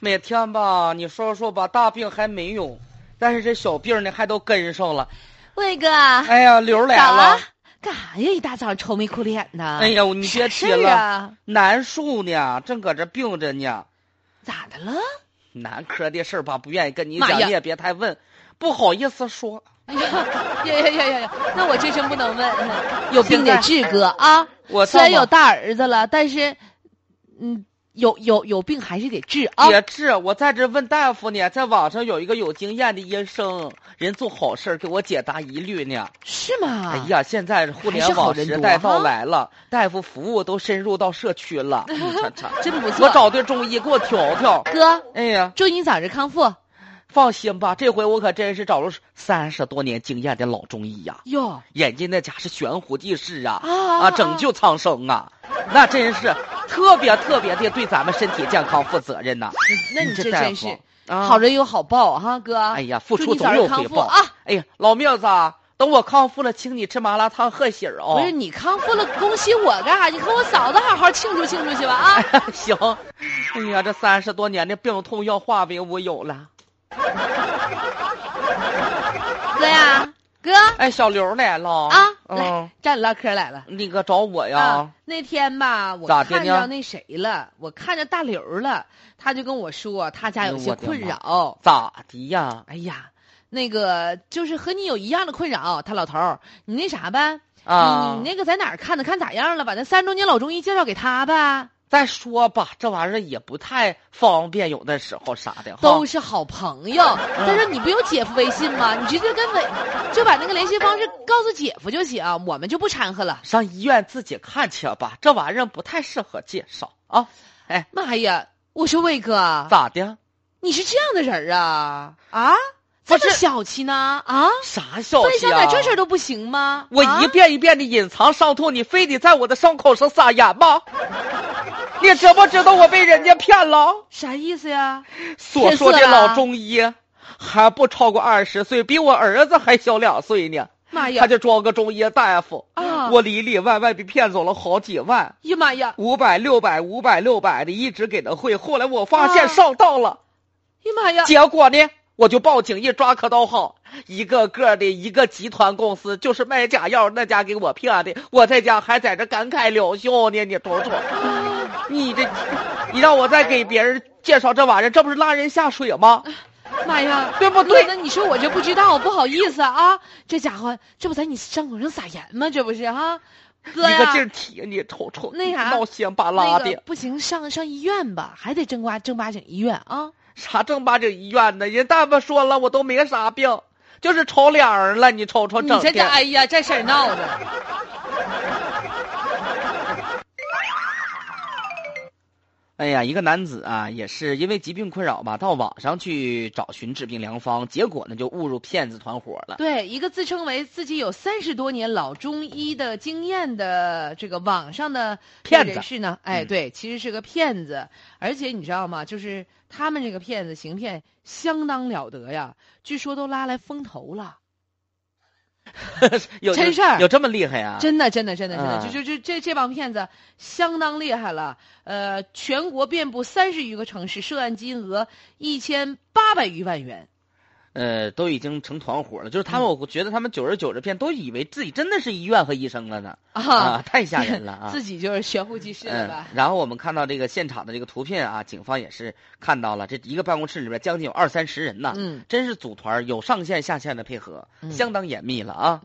每天吧，你说说吧，大病还没有，但是这小病呢还都跟上了。魏哥，哎哎呀，瘤来了啊，，干啥呀？一大早愁眉苦脸的。哎，呀，你别提是了，啊，难受呢，正搁这病着呢。咋的了？男科的事儿吧，不愿意跟你妈讲，呀你也别太问，不好意思说。哎呀呀呀呀呀呀！那我这真不能 问，有有病病得得治哥啊！我虽然这么有大儿子了，但是，嗯，有有有病还是得治啊！别治，我在这问大夫呢，在网上有一个有经验的医生，人做好事儿给我解答疑虑呢。是吗？哎，呀，现在互联网时代啊到来了，大夫服务都深入到社区了。嗯참참 真不我错。找对中医给我调调。哥，哎呀，祝你早日康复。放心吧，这回我可真是找了三十多年经验的老中医呀、哟人家那家是悬壶济世啊，啊啊，拯救苍生啊，那真是特别特别的对咱们身体健康负责任呐、那你这大真夫是啊、好人有好报哈，哥。哎呀，付祝出你早总日有康回复报啊！哎呀，老庙子啊，等我康复了，请你吃麻辣烫贺喜儿不是哦。你康复了，恭喜我干啥？你和我嫂子好好庆祝庆祝去吧啊！ 行，哎呀，这三十多年的病痛要化为乌有了。哥呀，哥哎，小刘来了啊，嗯来，找你唠嗑来了。那个找我呀，啊，那天吧，我哎咋的看呢着那谁了，我看着大刘了，他就跟我说他家有哎呦些我的困妈扰。咋的呀？哎呀，那个就是和你有一样的困扰，他老头儿，你那啥呗，啊，你那个在哪儿看的，看咋样了，把那三十周年老中医介绍给他呗，再说吧，这玩意儿也不太方便，有的时候啥的哈。都是好朋嗯友。再说你不有姐夫微信吗？你直接跟伟就把那个联系方式告诉姐夫就行，我们就不掺和了。上医院自己看去吧，这玩意儿不太适合介绍啊。妈呀，我说魏哥，咋的？你是这样的人儿啊啊，这不么是小气呢啊？啥消分息享啊？点这事儿都不行吗？我啊一遍一遍的隐藏伤痛，你非得在我的伤口上撒盐 吗？你知不知道我被人家骗了？啥意思呀？所说的骗色了老中医，还不超过二十岁，比我儿子还小两岁呢。妈哎呀！他就装个中医大夫，啊，我里里外外被骗走了好几万，呀妈呀！五百、六百、五百、六百的，一直给他汇。后来我发现啊上当了，哎呀妈呀！结果呢，我就报警一抓可倒好，一个个的一个集团公司就是卖假药那家给我骗的，我在家还在这感慨疗效呢。你 瞅瞅，啊你这，你让我再给别人介绍这玩意儿，这不是拉人下水吗？妈呀！ 对不对，对？那你说我这不知道，不好意思啊。这家伙，这不在你伤口上撒盐吗？这不是哈、哥一个劲呀，儿提，你瞅瞅，啊那啥闹心巴拉那的，个不行，上上医院吧，还得正八正八经医院啊。啥正八经医院的，人大夫说了，我都没啥病，就是瞅脸儿了。你瞅瞅，你整这这，的。哎呀，这事儿闹的，哎呀，一个男子啊，也是因为疾病困扰吧，到网上去找寻治病良方，结果呢就误入骗子团伙了。对一个自称为自己有三十多年老中医的经验的这个网上的骗子人士呢，哎，嗯对，其实是个骗子，而且你知道吗？就是他们这个骗子行骗相当了得呀，据说都拉来风投了。有真有事儿有这么厉害啊？真的，真的，真的，真嗯的，就就就这这帮骗子相当厉害了。呃，全国遍布三十余个城市，涉案金额一千八百余万元。呃，都已经成团伙了，就是他们，嗯我觉得他们久而久之骗，都以为自己真的是医院和医生了呢。啊，啊，太吓人了啊！ 自己就是悬壶济世了嗯吧？，然后我们看到这个现场的这个图片啊，警方也是看到了，这一个办公室里边将近有二三十人呢，嗯，真是组团儿有上线下线的配合，嗯相当严密了啊。